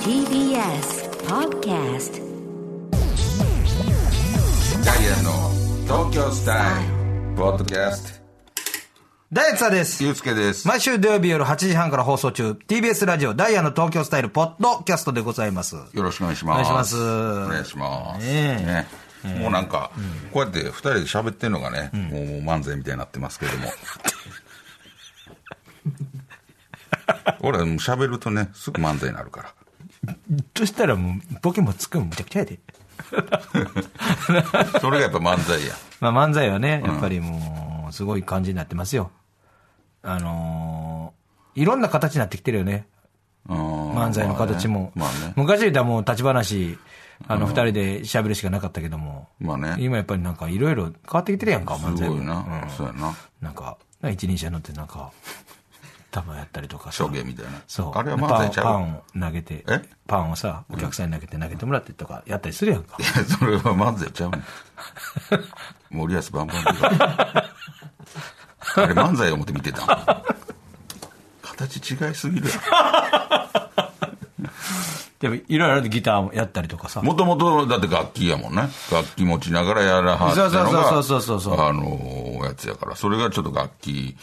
TBS Podcast ダイアンの東京スタイルポッドキャスダイエツァでトす。ゆうすけです毎週土曜日夜8時半から放送中、TBS ラジオダイヤの東京スタイルポッドキャストでございます。よろしくお願いしますお願お願いしますいしますねねもうなんか、こうやって二人で喋ってるのがね、もうもう漫才みたいになってますけども 俺はもう喋るとねすぐ漫才になるからそしたらもう、ボケもツッコミもむちゃくちゃやで。それがやっぱ漫才やまあ漫才はね、やっぱりもう、すごい感じになってますよ。あのーいろんな形になってきてるよね。漫漫才の形も。まあねまあね昔で言ったらもう立ち話、あの、二人で喋るしかなかったけども。まあね今やっぱりなんかいろいろ変わってきてるやんか、漫す才もごいな、うんそうやななんか、なんか一人車乗ってなんか、玉やったりとかさ証言みたいなそう。あれは漫才ちゃうパンパンを投げてえ、パンをさ、お客さんに投げて投げてもらってとかやったりするやんか。それは漫才ちゃうねん。森保バンバンビーバーあれ漫才を思って見てたん形違いすぎるやでも、いろいろあるギターもやったりとかさん。もともとだって楽器やもんね。楽器持ちながらやらはってのが、そうそうそうそうそうそうあのーやつやから、それがちょっと楽器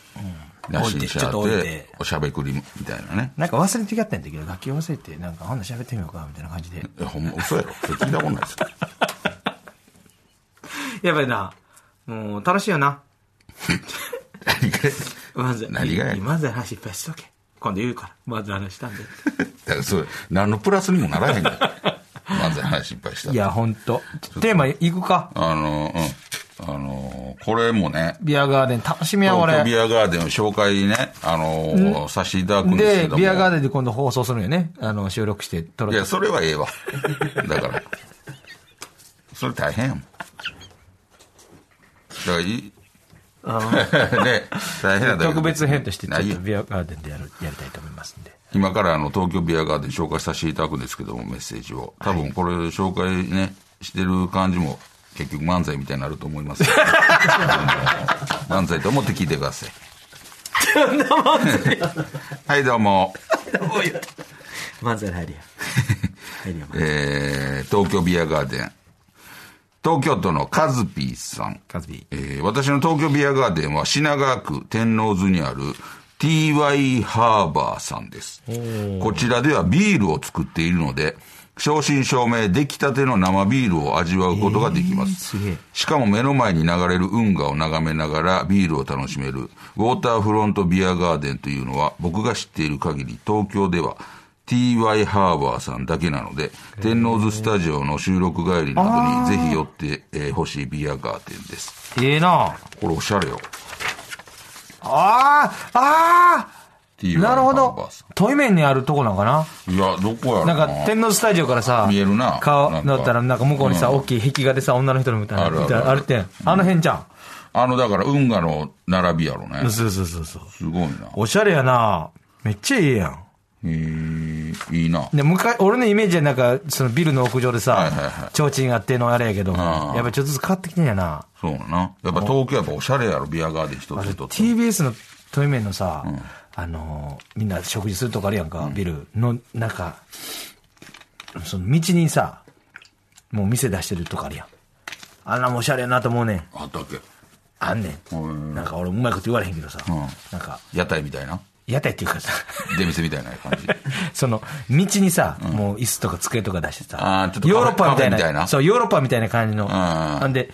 なしにしちゃって、置いてちょっと置いておしゃべくりみたいなね。なんか忘れてきやったんだけど、楽器忘れて、なんかほんなら喋ってみようか、みたいな感じで。え、ほんま、嘘やろ。それ聞いたことないです。 やばいな。もう、楽しいよな。何がまず、何がやねんまず話いっぱいしとけ。今度言うから。まず話したんで。 だからそれ、何のプラスにもならへんから。漫才の話いっぱいしたらいや、ほんと。テーマいくか。あの、うん。あの、これもね、ビアガーデン楽しみや、東京ビ俺。アガーデンを紹介ね、あの、させていただくんですけでど、も。ビアガーデンで今度放送するんよね。あの、収録して撮いるや、。それはええわ。だから。それ大変やもん。だからいい。 ね、大変やだけど特別編として、ちょなっいとよビアガーデンでやる、やりたいと思いますんで。今からあの東京ビアガーデン紹介させていただくんですけども、メッセージを。多分これ紹介ね、してる感じも結局漫才みたいになると思います。漫才と思って聞いてください。 はい、どうも。漫才入りや。入りや、えー、東京ビアガーデン。東京都のカズピーさん。カズビえー私の東京ビアガーデンは品川区天王洲にある TY ハーバーさんです。こちらではビールを作っているので、正真正銘出来たての生ビールを味わうことができます。えーすげえしかも目の前に流れる運河を眺めながらビールを楽しめる、ウォーターフロントビアガーデンというのは、僕が知っている限り東京では TY ハーバーさんだけなので、天王洲スタジオの収録帰りなどにぜひ寄ってえーほしいビアガーデンです。ええなこれおしゃれよ。あーあ TY ーなるほハーバどーさ。遠い面にあるとこなんかな。んいや、どこやろなんか、天皇スタジオからさ、見えるな顔なんかだったら、なんか向こうにさ、うん大きい壁画でさ、女の人のみたいな、あるあるみたいなあるってん。あの辺じゃあの、だから、運河の並びやろん。ね。そうそうそうそう。すごいな。おしゃれやなめっちゃいいやん。えー、いいな。で、昔、俺のイメージはなんか、そのビルの屋上ではいはいはさ、提灯あってのあれやけども、あーやっぱちょっとずつ変わってきてんやな。そうやな。やっぱ東京やっぱおしゃれやろ、ビアガーデン一つ一つ。 TBS のトイメンのさ、あのー、みんな食事するとこあるやんか、ビルの中、その道にさ、もう店出してるとこあるやん。あんなもんおしゃれやなと思うねん。あったっけあんねん。なんか俺うまいこと言われへんけどさ、なんか、屋台みたいな。屋台っていうかさ、出店みたいな感 じ。その、道にさ、もう椅子とか机とか出してあーさちょっ、とヨーロッパみたカいフェみたいなな、そう、ヨーロッパみたいな感じの、んなんで、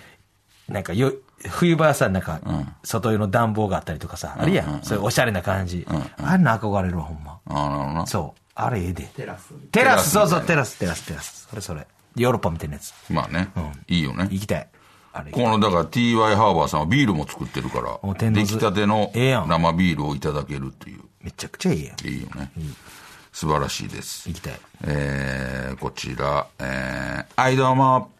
なんかよ、冬場はさ、なんか、外用の暖房があったりとかさ、あるやん。そういうおしゃれな感じ。あんな憧れるわ、ほんま。あーなるほどな。そう。あれええで。テラス。テララスス、そうそう、テラス、テラス、テラス。それそれ。ヨーロッパみたいなやつ。まあね。いいよね行。きたい。あれ。この、だから TY ハーバーさんはビールも作ってるかおら、天出皇来洲たてのええやん生ビールをいただけるっていう。めちゃくちゃいいやん。いいよね。素晴らしいです。行きたい。えー、 こちら、えー、はい、どうも。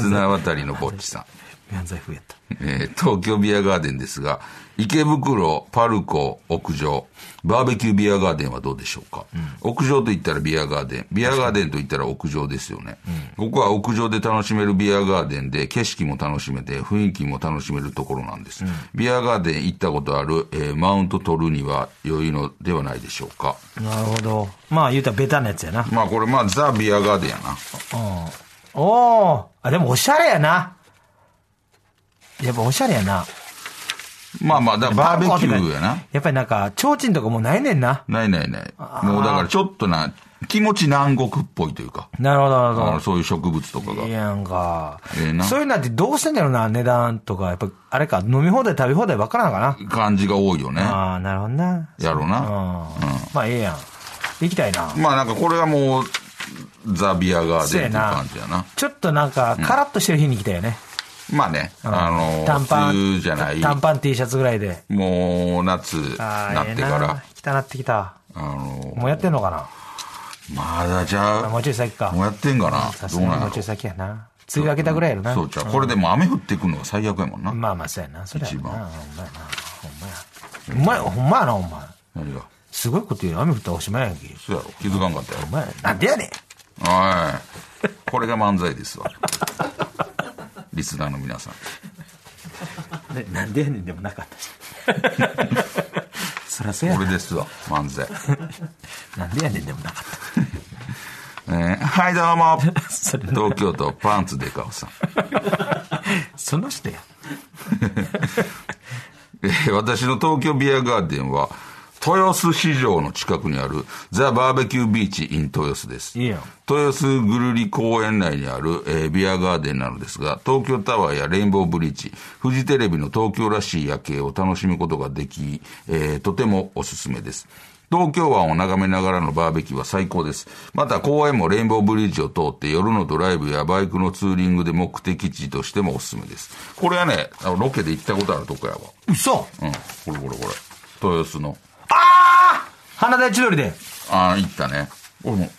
綱渡りのぼっちさん。犯罪風やった。えー東京ビアガーデンですが、池袋、パルコ、屋上、バーベキュービアガーデンはどうでしょうか、屋上と言ったらビアガーデン、ビアガーデンと言ったら屋上ですよね、ここは屋上で楽しめるビアガーデンで、景色も楽しめて、雰囲気も楽しめるところなんです。ビアガーデン行ったことある、えーマウント取るには良いのではないでしょうか。なるほど。まあ言うたらベタなやつやな。まあこれ、まあザ・ビアガーデンやな。おおあ、でもおしゃれやな。やっぱおしゃれやな。まあまあ、だからバーベキューやな。やっぱりなんか、提灯とかもうないねんな。ないないない。もうだからちょっとな、気持ち南国っぽいというか。なるほど、なるほあのど。そういう植物とかがいい。やんか。ええなそういうなんてどうしてんだろうな、値段とか。やっぱ、あれか、飲み放題食べ放題ばっかなのかな。感じが多いよね。ああ、なるほどな。やろううん。な。まあ、ええやん。行きたいな。まあなんかこれはもう、ザビアガーデンっていう感じやな。ちょっとなんか、カラッとしてる日に来たよね。まあね、あの、短パン普通じゃない。短パン T シャツぐらいで。もう夏ああ、なってかえら、えな。汚なってきた。あの、もうやってんのかな。まだじゃああ、もうちょい先か。もうやってんかなさ。すどうがになんやもろうちょい先やな。梅雨明けたぐらいやろな。そうちゃう。これでも雨降ってくるのが最悪やもんな。まあまあ、そうやな。それやろな。一番ほんまやな。ほんまや。ほんまや、ほんまやな、お前。何が。すごいこと言うよ。雨降ったらおしまいやんけ。そうやろ。気づかんかったやろお。前、なんでやねん。はい。これが漫才ですわ。リスナーの皆さん。ねなんでやねんでもなかったし。 そりゃそうやこなれですわ、漫才。なんでやねんでもなかっえーはい、どうも。た。それ東京都パンツでかおさん。その人や。えー私の東京ビアガーデンは、豊洲市場の近くにあるザ・バーベキュービーチ in 豊洲です。いいやん豊洲ぐるり公園内にある、えービアガーデンなのですが、東京タワーやレインボーブリッジ、フジテレビの東京らしい夜景を楽しむことができ、えーとてもおすすめです。東京湾を眺めながらのバーベキューは最高です。また公園もレインボーブリッジを通って夜のドライブやバイクのツーリングで目的地としてもおすすめです。これはね、あのロケで行ったことあるとこやわ。嘘うん、これこれこれ。豊洲の。ああ花田千鳥で。ああ、行ったね。俺も、こ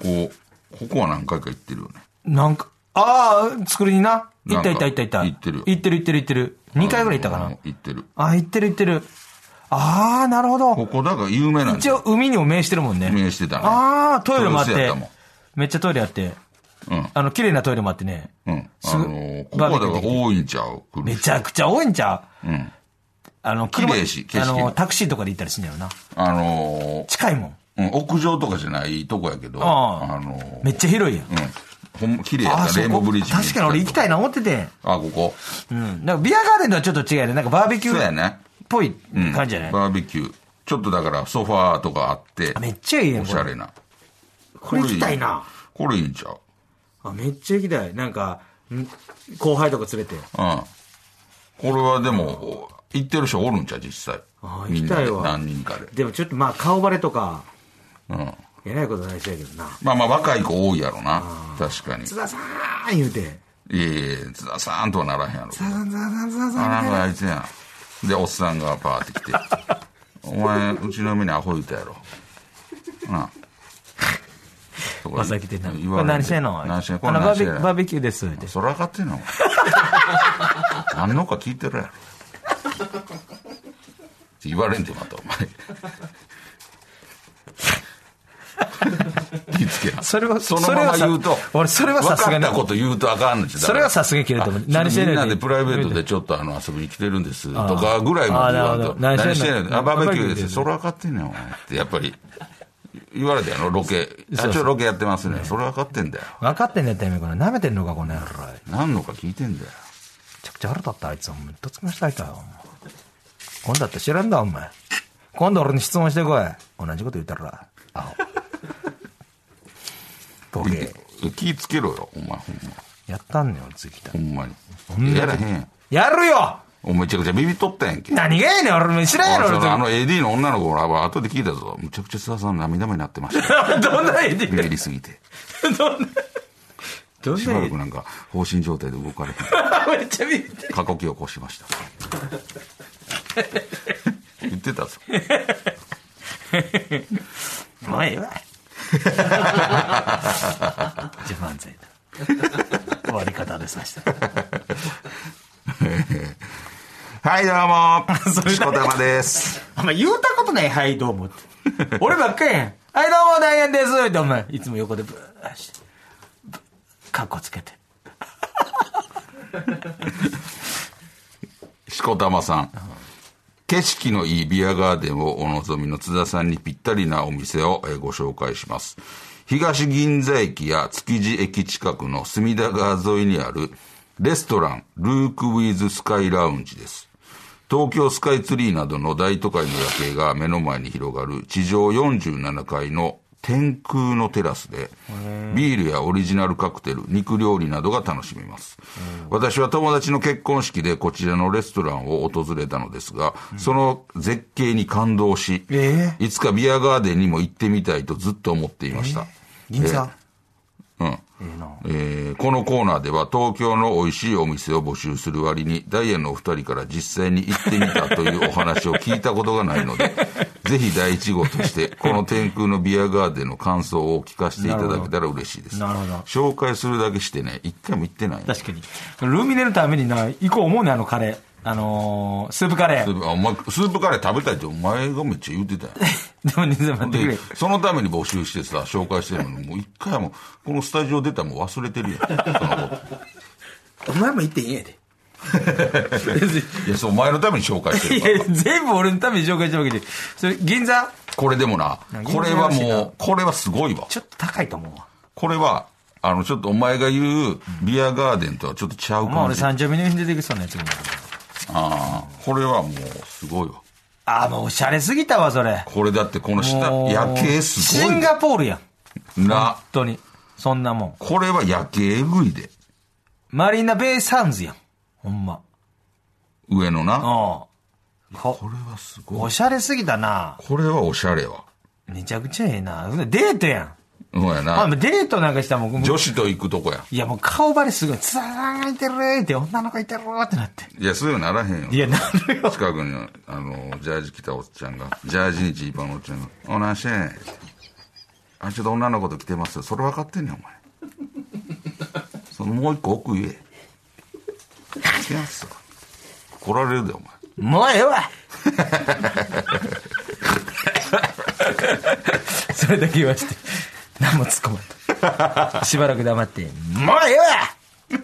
こ、ここは何回か行ってるよね。なんか、ああ、作りにな。行った行った行った行った。なんか行ってるよ行ってる行ってる行ってる。2回ぐらい行ったかあなの。行ってる。あ、行ってる行ってる。ああ、なるほこど。こだから有名なん一応、海にも面してるもんね。名してたね。ああ、トイレもあっトイレてやたもん。めっちゃトイレあって。うんあの、綺麗なトイレもあってね。うん。すあぐのーここはだから多いんちゃう来める人ちゃくちゃ多いんちゃううん。あの、綺麗やし景あ色もの、タクシーとかで行ったりすんだよな。あのー近いもん。うん、屋上とかじゃないとこやけど、ああのーめっちゃ広いやん。うん。ほんま、綺麗やあっあ、た。そレインボーこブリッジ。確かに俺行きたいな。な思ってて。あ、ここ。うん。なんかビアガーデンとはちょっと違うね。なんかバーベキュそうやーっね。ぽいうん。感じじゃない、バーベキュー。ちょっとだからソファーとかあって、めっちゃいいやん、おしゃれな。これ行きたいな。これいいんちゃうあ、めっちゃ行きたい。なんか、ん後輩とか連れて。うん。これはでも、行ってる人おるんちゃう実際あ。ーみんなで、行きたいわ何人かで。でもちょっとまあ、顔バレとか、うん。えらいことないしやけどな。まあまあ、若い子多いやろな。確かに。津田さん言うて。いえいえ、津田さんとはならへんやろ。津田さん、津田さん、津田あ、さんなんかあいつやん。で、おっさんがパーって来て。 お前、うちの嫁にアホ言うたやろ。なあ。とか言う まさきてんな。言こわれれ何してんの何してんのこあれの何しバーてベんのバーベキューです。ってそら分かってんの 何のか聞いてるやろって言われんてまたお前 気ぃつけやそれはそのままそれはさ言うと俺それはさすがに分かったこと言うとあかんのちそれはさすがに切れだてかもら何してんのみんなでプライベートでちょっとあの遊びに来てるんですとかぐらいまで言わんとあなるほど何してん何してんののあバーベキューでバーベキューですすそれ分かってんねんお前ってやっぱり言われたやろロケあちょっとロケやってますねそれ分かってんだよ分かってんだよ、てめえ、これ。舐めてんのか、この野郎。め何のか聞いてんだよちゃくちゃ腹立った、あいつ。お前、どつきましたいか、お前今度だって知らんだ、お前。今度俺に質問してこい。同じこと言ったら、アホ。ボケ。気ぃつけろよお前ほんまやったんねん、俺次来たほ。んまにんまにやらへんやんやるよお前めちゃくちゃビビっとったやんけ何がやねん、俺も知らんやろ、あそ俺のあのと。 AD の女の子俺後で聞いたぞむちゃくちゃ津田さん涙目になってま したよどんなエディビビりすぎてどんしばらくなんか放心状態で動かれへんめっちゃビビって過呼吸を起こしました 言ってたぞる。もうええわ。じゃあ、漫才だ。終わり方でさした。はい、どう そも。れしこたまです。あんま言うたことない、はい、どうもって。俺ばっかりやん。はい、どうも、ダイアンですって、お前、いつも横でブーして、ぶかっこつけて。しこたまさん。景色のいいビアガーデンをお望みの津田さんにぴったりなお店をえーご紹介します。東銀座駅や築地駅近くの隅田川沿いにあるレストランルークウィズスカイラウンジです。東京スカイツリーなどの大都会の夜景が目の前に広がる地上47階の天空のテラスで、ビールやオリジナルカクテル、肉料理などが楽しめます。私は友達の結婚式でこちらのレストランを訪れたのですが、その絶景に感動し、えいつかビアガーデンにも行ってみたいとずっと思っていました。銀座うん。ええな。えーこのコーナーでは東京の美味しいお店を募集する割にダイアンのお二人から実際に行ってみたというお話を聞いたことがないの でぜひ第一号としてこの天空のビアガーデンの感想を聞かせていただけたら嬉しいですなるほど紹介するだけしてね一回も行ってないの確かに。ルミネのためにな、行こう思うね、あのカレー。あのー、スープカレスー。ープあお前スープカレー食べたいってお前がめっちゃ言ってた やんでも、全然待ってくれで。そのために募集してさ紹介してるのにもう一回もこのスタジオ出たらもう忘れてるやんそのことお前も行っていいんやで。 いやそうお前のために紹介してるいからや、全部俺のために紹介したわけで。それ、銀座これでもな、これは銀座らしいもなう、これはすごいわ。ちょっと高いと思うわ。これは、あの、ちょっとお前が言う、ビアガーデンとはちょっとちゃうまあ感俺じ。三丁目の辺出てきそうなやつも。ああ、これはもう、すごいわ。あー、もうおしゃれすぎたわ、それ。これだってこの下、もう夜景すごシンガポールやん。い。な本、当に。そんなもん。これは夜景えぐいで。マリーナベイサンズやん。ほんま。上のうん。な。ここれはすごい。おしゃれすぎたな。これはおしゃれわ。めちゃくちゃええな。デートやん。そうやあ、な。もうデートなんかしたらもう、もう女子と行くとこや。いやもう顔バレすごい。つららがいてるーって、女の子いてるーってなって。いや、そういうのならへんよ。いや、なるよ。近くに、あの、ジャージ着たおっちゃんが、ジャージにジーパンのおっちゃんが、おなしえ。あ、ちょっと女の子と来てますよ。それ分かってんねん、お前。そのもう一個奥言え。来てますよ。来られるで、お前。もうええわ それだけ言わして何も突っ込まんとしばらく黙って「もうええわ! 」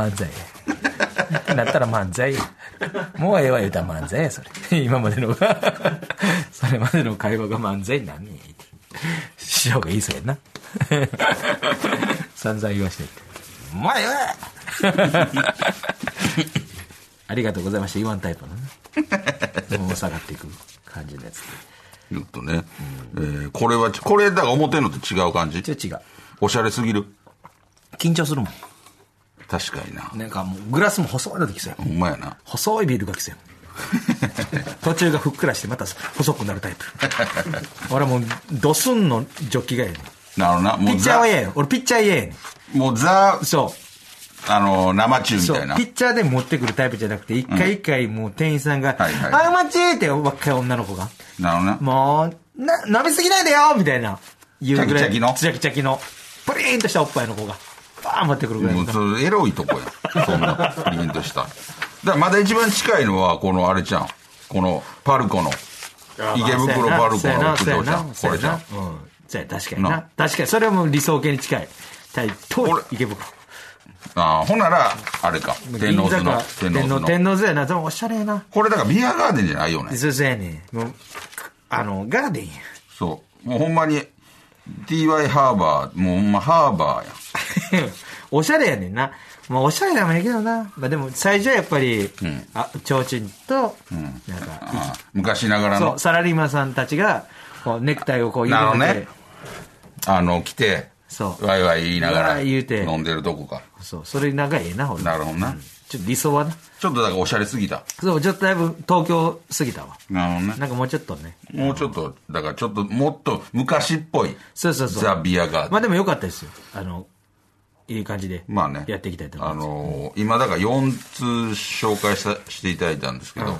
漫才やってなったら漫才やもうええわ言うたら漫才やそれ今までのがそれまでの会話が漫才になんねん言うてしようがいいそれな 散々言わしてって「もうええわ!」ありがとうございました。言わんタイプのね。もう下がっていく感じのやつ。ちょっとね。えーこれは、これ、だから表のと違う感じちょっと違う。おしゃれすぎる。緊張するも確かにな。ん。なんかもうグラスも細いのできそうやほんまやな。細いビールがきそうや途中がふっくらしてまた細くなるタイプ。俺もうドスンのジョッキがええねんなるほどな。ピもうッチャーザは、ええよ俺ピッチャーええねもうザん。、そう。あの、生中みそうたいなピ。ッチャーで持ってくるタイプじゃなくて、一回一回もう店員さんが、はいはいあ、待ちって若い女の子が。なるほどな。もう、な、舐めすぎないでよみたいな。言うぐらい。チャキチャキのチャキチャキの。プリーンとしたおっぱいの子が、バーン持ってくるぐらいものう。それエロいとこやそんなプリンとしただからまだ一番近いのはこのあれちゃんこのパルコの池袋パルコそうやのな屋そうや上ちゃな、んそこうれやじゃんな。うん。そうや、確かになな。確かに、それはもう理想形に近い。対、こ東れ池袋。ああほんならあれか天王洲銀座のか天王天洲王の天王洲やな。でもおしゃれやな。これだからビアガーデンじゃないよねそうそうやねん。もう、あの、ガーデンや。 そうもうほんまに TY ハーバーもうほんまハーバーやんおしゃれやねんな。まあ、おしゃれでもいいけどな。まあ、でも、最初はやっぱり、あ、ちょうちんと、なんか、ああ昔ながらそのう、サラリーマンさんたちが、こう、ネクタイをこう、なるほど緩めてねあの来てそうワイワイ言いながわらー言うて飲んでるとこかそう、それ長いええな、俺。なるほどなちょっと理想はな。ちょっとだからおしゃれすぎたそう、ちょっとだいぶ東京過ぎたわ。なるほどねなんかもうちょっとね。もうちょっと、だからちょっともっと昔っぽい。そうそうそうザ・ビアガーデン。まあでもよかったですよ。あの、いい感じで。まあね。やっていきたいと思あいます。のー今だから4通紹介したしていただいたんですけど、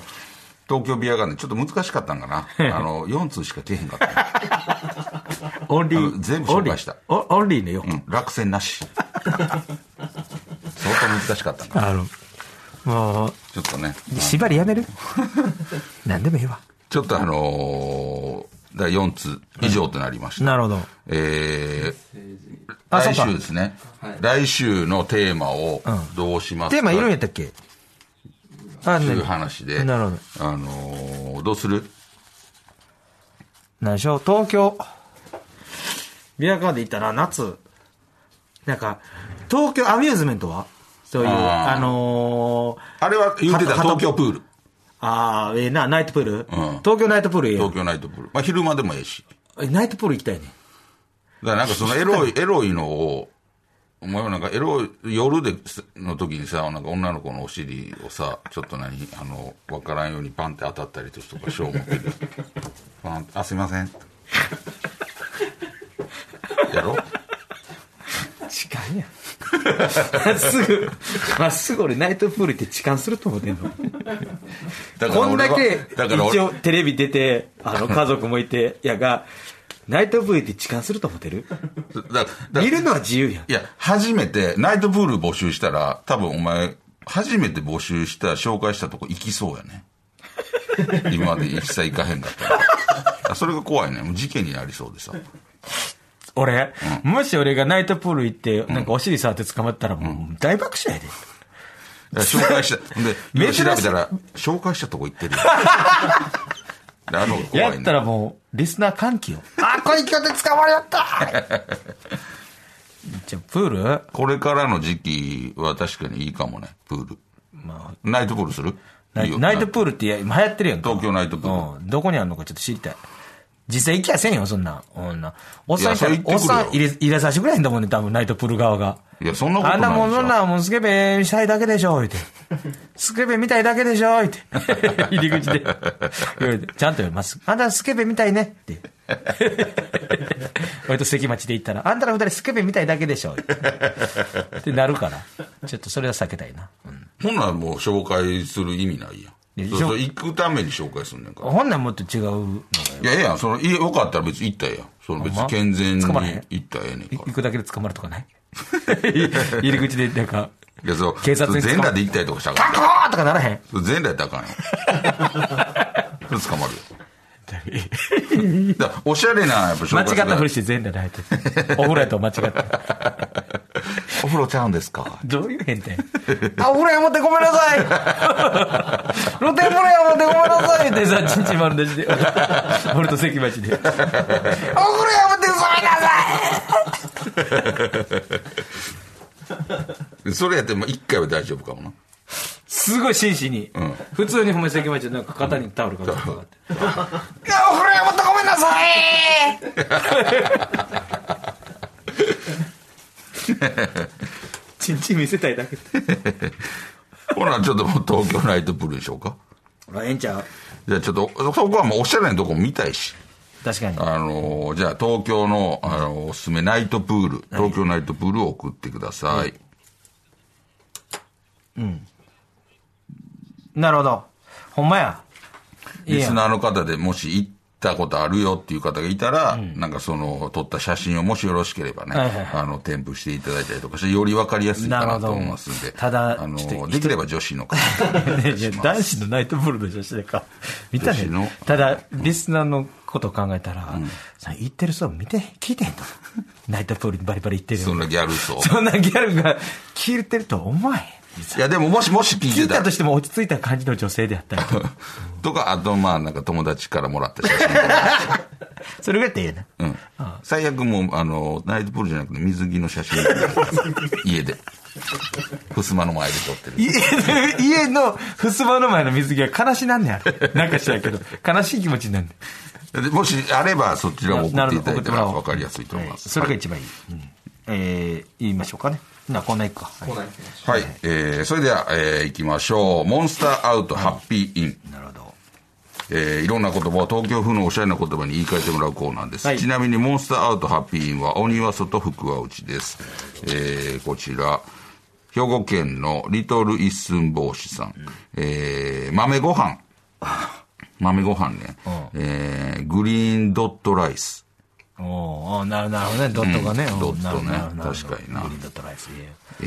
東京ビアガーデン、ちょっと難しかったんか な。あの、4通しか出へんかった。オンリあー。の全部紹介したオンリー。おオンリーねよ う。ん、落選なし。相当難しかったんかな。あの、もう、ちょっとね。縛り やめる何でもいいわ。ちょっとあのー第4通以上となりました。なるほど。えーあそう来か週ですね、来週のテーマをんどうしますか、テーマいるんやったっけあ、というね、話で、なるほどあのーどうする何でしょう東京。ビアガーデン行ったら、夏。なんか、東京アミューズメントはそういう、あーあのー、あれは言ってたは東京プール。ああ、ええな、ナイトプール、東京ナイトプールええやん東京ナイトプール。まあ昼間でもええし。えナイトプール行きたいね。だからなんかそ のエロい、エロいのを、お前はなんかエロい、夜でさ、の時にさ、なんか女の子のお尻をさ、ちょっと何、あの、わからんようにパンって当たったりとかしよう思ってる。 パンってあ、すいま せん。やろ痴漢やん。 すぐ、まっすぐ俺ナイトプール行って痴漢すると思ってんの。だからこん俺だはけ、だから俺一応テレビ出て、あ の、家族もいて、やが、ナイトプール行って痴漢すると思ってるだだ見るのは自由やん。いや、初めて、ナイトプール募集したら、多分お前、初めて募集した、紹介したとこ行きそうやね。今まで一切行かへんかった から。それが怖いね。もう事件になりそうでさ。俺、もし俺がナイトプール行って、なんかお尻触って捕まったらもう大爆笑やで。紹介した。ほんで、今珍しい調べたら、紹介したとこ行ってるよ。 であの、怖いやね。ったらもう、リスナー歓喜よ。あ、これ行って捕まりやった じゃあ、プールこれからの時期は確かにいいかもね、プール。まナイトプールするナいいイよナイトプールってや今流行ってるやんか。東京ナイトプール。どこにあるのかちょっと知りたい。実際行きゃせんよ、そんなん。おんな。おっさんいたらいやそれ行ってくるおよっさん入れ入れさせてくれへんと思うねん、多分ナイトプール側が。いやそんなことないあんなもん、でしょそんなもん、スケベしたいだけでしょ、言うて。スケベみたいだけでしょ、言うて。 入り口で。言われてちゃんと言います。あんたスケベみたいね、って。 俺と関町で行ったら、あんたら二人スケベみたいだけでしょ、言うてってなるから。ちょっとそれは避けたいな。うんほんならもう紹介する意味ないやん。いやそうそう、行くために紹介すんねんから。ほんならもっと違うのがいや、ええやん。その、いいよかったら別に行ったらええやん。その別にほんま健全に捕まらへん行ったらええねんかいら行。くだけで捕まるとかない 入り口でなんか、いや、そう、警察に捕ま全裸で行ったりとかしたらあ確かん。保とかならへん。それ全裸やったらあかんよ。 それ捕まるよ。だからおしゃれな、やっぱ紹 間違介っするたふりして全裸で入ってる。お風呂やと間違った。お風呂ちゃうんですか。どういう変態あ、お風呂や思ってごめんなさい 露天風呂や思ってごめんなさいってさ、ちんちん丸出しで。 俺と関町で。お風呂や思ってそれやっても一回は大丈夫かもな。すごい真摯に。普通にほんまに関町でなんか肩にタオルかけてもらって。お風呂やもっとごめんなさいちんちん見せたいだけ。ほな、ちょっともう東京ナイトプールでしょうか。あ、ええんちゃうじゃあちょっと、そこはもうおしゃれなとこ見たいし。確かに。あのーじゃあ東京の、あのーおすすめナイトプール、東京ナイトプールを送ってください。なるほど。ほんまや。いいリやスんナーの方でもし行ったことあるよっていう方がいたら、なんかその、撮った写真をもしよろしければね、はいはいはあの、添付していただいたりとかして、より分かりやすいかななるほどと思いますんで、ただあのちょっとーできれば女子の 方。ねいや男子のナイトプールの女子でか。見たね女子の。ただ、リスナーのことを考えたら、さ言ってる人見て、聞いてへんと。ナイトプールにバリバリ行ってる。そんなギャル層。そんなギャルが聞いてるとは思わへん。いや、でももし、もし聞い聞ていたたらと、しても落ち着いた感じの女性であったりとか とか、あと、まあ、なんか友達からもらった写真。 それぐらいってええな。うん。最悪もう、あの、ナイトプールじゃなくて水着の写真。 家で。襖の前で撮ってる。家で家の襖の前の水着が悲しなんねん、あ れ。なんか知らんけど、悲しい気持ちになるねんでもし、あれば、そちらも送なってるいただいたらほど分かりやすいと思います。それが一番いい。うんえー言いましょうかね。な、こんないくか。はいはい。えー、それでは、えー、行きましょう。モンスターアウトハッピーイン。なるほど。えーいろんな言葉を東京風のおしゃれな言葉に言い換えてもらうコーナーです、はいちなみにモンスターアウトハッピーインは鬼は外福は内です、えーこちら兵庫県のリトル一寸法師さん、えー豆ご飯豆ご飯ね、えーグリーンドットライスあおーあーなるなるほどね、ドットがね。うんおードットねなるほどなるほど確かになグリーンドットライスいいよえ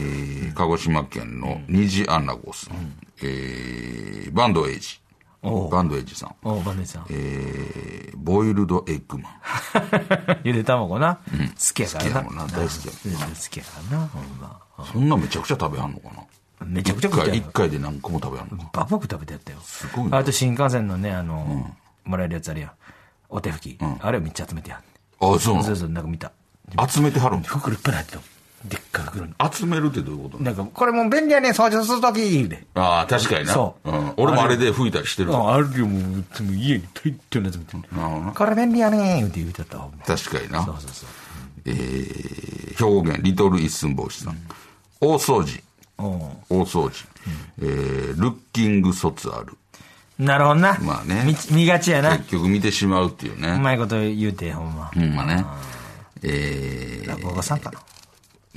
ー鹿児島県の虹アナゴさん、えーバンドエイジおうバンドエイジさん、おー、バネさん。 えーボイルドエッグマンゆで卵な。好きやから好な。きやもんな大好きやうん好きやからな、ほんま。そんなめちゃくちゃ食べはんのかなめちゃくちゃ食った一回よ一。回で何個も食べはんのかバクバク食べてやったよ。すごいなあと新幹線のね、あの、もらえるやつあるやん。お手拭き。あれをめっちゃ集めてやん。あそうなそうのそう、なんか見た。集めてはるん袋いっぱい入ってたもんでっかい袋に。集めるってどういうことねなんか、これもう便利やね、掃除するとき言うで。ああ確かになそううん、俺もあれで吹いたりしてるああるよ、もう、でも家に大量のやつ見てる。なるほどなこれ便利やねーって言うてたわ。ほんま確かになそうそうそう。えー兵庫県リトル一寸法師さん、大掃除お大掃除、えールッキング卒あるうなるほどな。まあねみ見がちやな。結局見てしまうっていううねまいこと言うて、ほんま。ほんまねえー落語家さんかな。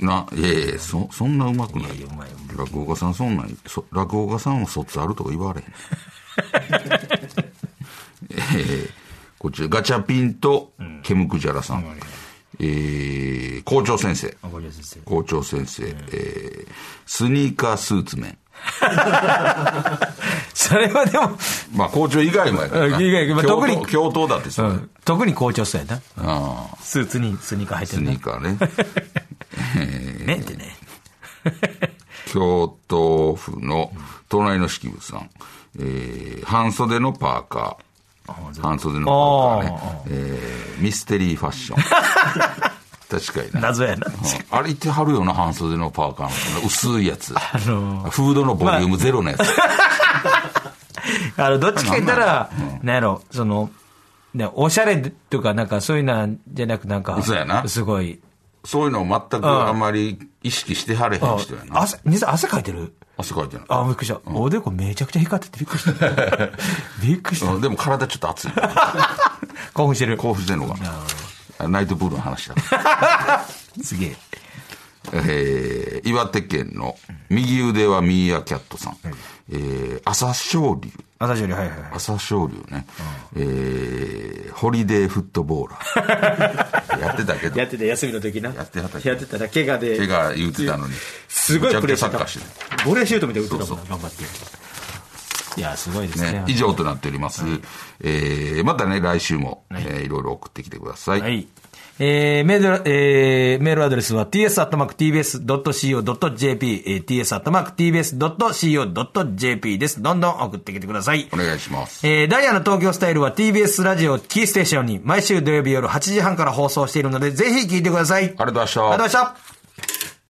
ないやいやそそんなうまくないいやうまいう落語家さんそんなんそ落語家さんは卒あるとか言われへん えーこっちらガチャピンとケムクジャラさん、えー校長先生ま。ご了承して校長先生、えースニーカースーツ面それはでも、まあ校長以外もやからなうん以外まあ教頭特に教頭だってそううだよん特に校長そうやな。ああスーツにスニーカー入ってスるニねー。カーねねってね。京都府の隣の式部さん、えー半袖のパーカー半袖のパーカーね、えーミステリーファッ ション確かにな謎やな。あれいてはるよな半袖のパーカーのその薄いやつ、のフードのボリュームゼロのやつ、あの、どっちか言ったら、なんやろ、その、ね、おしゃれとか、なんかそういうなんじゃなく、なんか、そうやなすごい。そういうのを全くあんまり意識してはれへん人やな。汗、水汗かいてる汗かいてない。あ、びっくりした。おでこめちゃくちゃ光っててびっくりした。 びっくりした。うんでも体ちょっと熱い。興奮してる。興奮してんのかなあ。ナイトプールの話だ。すげえ。えー、岩手県の右腕はミーアキャットさん。えー、朝青龍。私より、はいはいはい。朝青龍ね。えー、ホリデーフットボーラー。 やってた けど。てた休みの時な。やってはったけどやってたら、怪我で手が言ってたのに。すごいプレッシャーめちゃかくちゃサッカーしてボレーシュートみたいに打ってたもんな、頑張って。いや、すごいですねね。、以上となっております。えー、またね、来週も、いえーいろいろ送ってきてください。はい。えー、メール、えー、メールアドレスは ts.tbs.co.jp、えー、ts.tbs.co.jp です。どんどん送ってきてくださいお。願いします。えー、ダイヤの東京スタイルは TBS ラジオキーステーションに毎週土曜日夜8時半から放送しているので、ぜひ聞いてください。あありりがとうございましたがとうございました。